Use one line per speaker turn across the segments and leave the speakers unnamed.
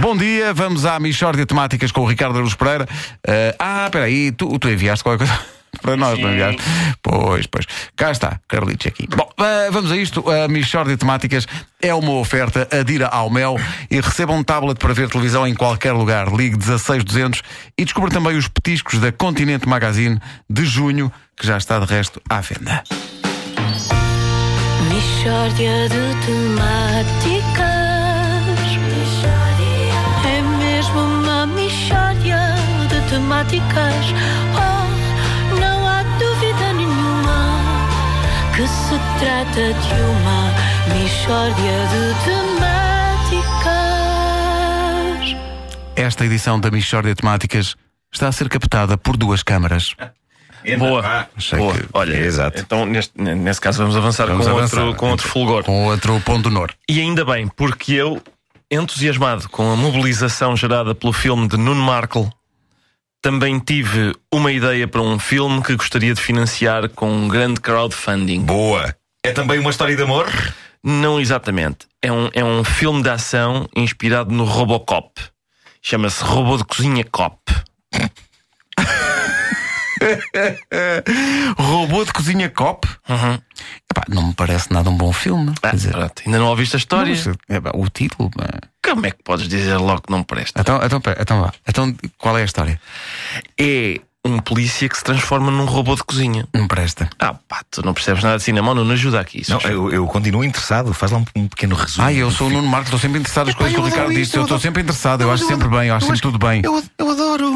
Bom dia, vamos à Michórdia de Temáticas com o Ricardo Aruz Pereira. Eh, ah, espera aí, tu, tu enviaste qualquer coisa para nós, não
Sim.
enviaste? Pois, pois. Cá está, Carlitos aqui. Bom, eh, vamos a isto. A Michórdia de Temáticas é uma oferta adira ao Mel e receba um tablet para ver televisão em qualquer lugar. Ligue 16200 e descubra também os petiscos da Continente Magazine de junho, que já está de resto à venda.
Mishória de temáticas É mesmo uma mishória de temáticas Oh, não há dúvida nenhuma Que se trata de uma mishória de temáticas
Esta edição da Michórdia de Temáticas está a ser captada por duas câmaras.
Boa.
ah,
Achei
Boa.
que-
Olha,
é, Exato.
então neste, nesse caso vamos avançar,
Vamos
com,
avançar.
Outro, com outro fulgor.
Com outro ponto de honor.
E ainda bem, porque eu, entusiasmado com a mobilização gerada pelo filme de Nuno Markle, também tive uma ideia para um filme que gostaria de financiar com um grande crowdfunding.
Boa. É também uma história de amor?
Não exatamente. É um, é um filme de ação inspirado no Robocop. Chama-se Robô de Cozinha Cop.
Robô de cozinha cop? Epá, não me parece nada um bom filme. Quer
Ah,
dizer,
Uhum. pronto, ainda não ouviste a
não
história?
sei, epá, o título. mas-
Como é que podes dizer logo que não presta?
Então, então, pera, então vá. Então, qual é a história?
é um polícia que se transforma num robô de cozinha.
Não presta.
Ah, pá, tu não percebes nada de cinema, não, não ajuda aqui.
Não,
Sérgio.
eu, eu continuo interessado. Faz lá um, um pequeno resumo.
Ah, eu sou o Nuno Marco, estou sempre interessado nas coisas que o Ricardo disse. Eu estou sempre interessado, eu acho sempre bem, eu acho sempre tudo
é
bem.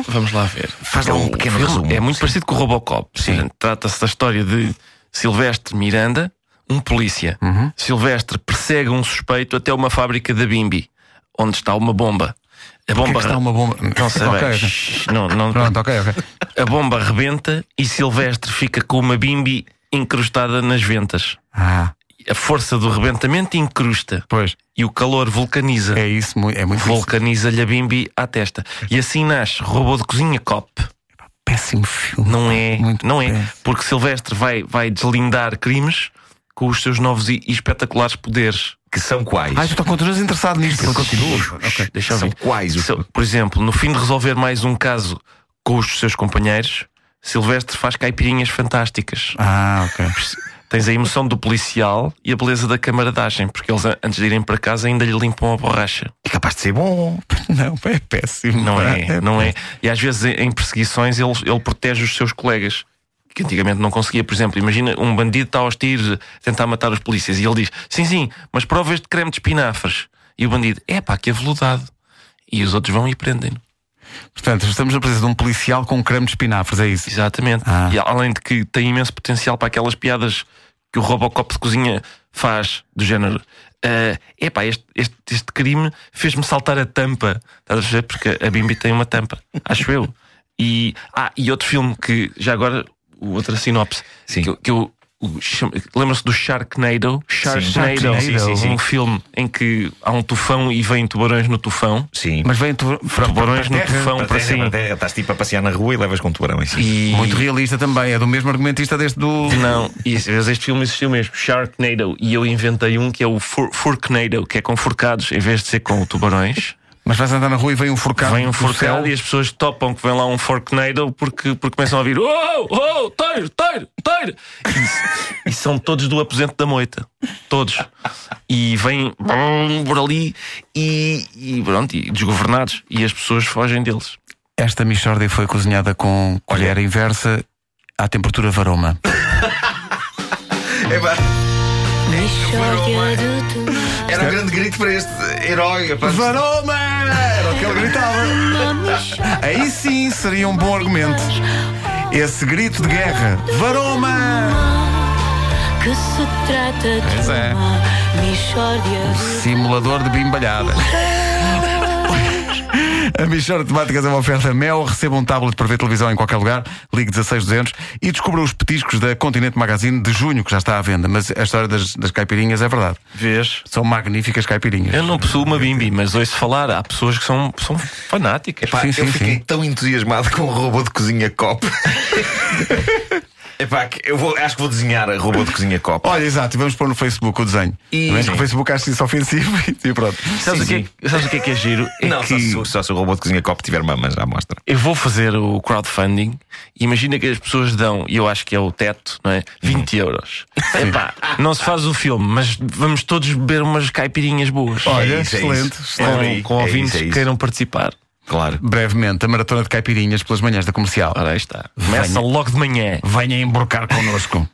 Vamos lá ver.
Faz lá um
O
pequeno
filme
resumo.
É muito parecido com o Robocop. Portanto, Trata-se da história de Silvestre Miranda, um polícia.
Uhum.
Silvestre persegue um suspeito até uma fábrica da Bimbi, onde está uma bomba. A
Porquê é
bomba.
que está uma bomba?
Não sei
Ok,
bem.
ok.
Shhh, Não, não,
Pronto, ok, ok.
A bomba rebenta e Silvestre fica com uma Bimbi incrustada nas ventas.
Ah,
A força do rebentamento incrusta.
pois.
e o calor vulcaniza.
É isso, mu- é muito isso.
Vulcaniza-lhe a bimbi à testa. E assim nasce Robô de Cozinha Cop.
Péssimo filme.
Não é?
Muito
não é?
péssimo.
Porque Silvestre vai, vai deslindar crimes com os seus novos e e espetaculares poderes.
Que são quais?
Ah, tu estás- continuas interessado nisto. Eu continuo. Ok.
Deixa eu
São
ver.
quais os-
Sil- Por exemplo, no fim de resolver mais um caso com os seus companheiros, Silvestre faz caipirinhas fantásticas.
Ah, ok.
Tens a emoção do policial e a beleza da camaradagem, porque eles, a- antes de irem para casa, ainda lhe limpam a borracha.
É capaz de ser bom.
Não, é péssimo.
Não
pá.
é, não é. E às vezes em em perseguições ele, ele protege os seus colegas. Que antigamente não conseguia, por exemplo, imagina um bandido está aos tiros a tentar matar os polícias e ele diz: Sim, sim, mas provas de creme de espinafres. E o bandido: É pá, que aveludado. E os outros vão e prendem-no.
Portanto, estamos na presença de um policial com creme de espinafres, é isso?
Exatamente.
Ah.
E além de que tem imenso potencial para aquelas piadas que o Robocop de cozinha faz, do género. "Ah, epá, este, este, este crime fez-me saltar a tampa. Estás a ver? Porque a Bimbi tem uma tampa, acho eu. E, ah, e outro filme que já agora, o- outra sinopse,
Sim.
que, eu- que eu. o chama- Lembra-se do Sharknado? Sharknado,
Sharknado. Sim, sim, sim.
um filme em que há um tufão e vêm tubarões no tufão.
Sim.
Mas vem tu...
Tubarões no tufão para,
Para terra,
cima.
para terra. Estás tipo a passear na rua e levas com um tubarão em cima.
E-
Muito realista também, é do mesmo argumentista deste do.
Não, isso, mas este filme existiu mesmo, Sharknado, e eu inventei um que é o Fur Furknado, que é com forcados, em vez de ser com tubarões.
Mas vais andar na rua e vem um forcado.
Vem um
do
forcado
céu.
e as pessoas topam que vem lá um Forknado porque, porque começam a ouvir Oh, oh, teiro, teiro, teiro! E, e são todos do aposento da moita. Todos. E vêm brum, por ali e, e pronto, e desgovernados. E as pessoas fogem deles.
Esta Michordia foi cozinhada com colher inversa à temperatura varoma.
É pá,
Mishória de temáticas
Era um grande grito para este herói. rapaz.
Varoma! Era o que ele gritava.
Uma mishória
Aí sim seria um bom argumento. Esse grito de guerra. Varoma!
Que se trata de
Pois é.
uma mishória de
Simulador de bimbalhadas. A Michórdia de Temáticas é uma oferta Mel. Receba um tablet para ver televisão em qualquer lugar. Ligue 16200 e descubra os petiscos da Continente Magazine de junho, que já está à venda. Mas a história das, das caipirinhas é verdade.
Vês?
São magníficas caipirinhas.
Eu não possuo uma bimbi, mas ouço falar, há pessoas que são, são fanáticas.
Pá,
Sim,
eu
sim,
fiquei
sim.
tão entusiasmado com o robô de cozinha cop. Epá, que eu vou, acho que vou desenhar a robô de cozinha copo.
Olha, exato, e vamos pôr no Facebook o desenho.
E-
Mas que o Facebook acha isso ofensivo e pronto.
Sabes,
Sim,
o que é, sabes o que é que é giro? É
não, só,
que-
se, o- só se o robô de cozinha copo tiver mamas à mostra.
Eu vou fazer o crowdfunding e imagina que as pessoas dão, e eu acho que é o teto, não é? 20
Uhum.
euros. Epá, não se faz o filme, mas vamos todos beber umas caipirinhas boas.
Olha,
É isso, é
excelente,
isso.
com,
excelente.
É isso,
com
é
ouvintes
isso, é
que
isso.
queiram participar.
Claro.
Brevemente, a maratona de caipirinhas pelas manhãs da comercial.
Ora, aí está.
Venha.
Começa logo de manhã.
Venha emborcar connosco.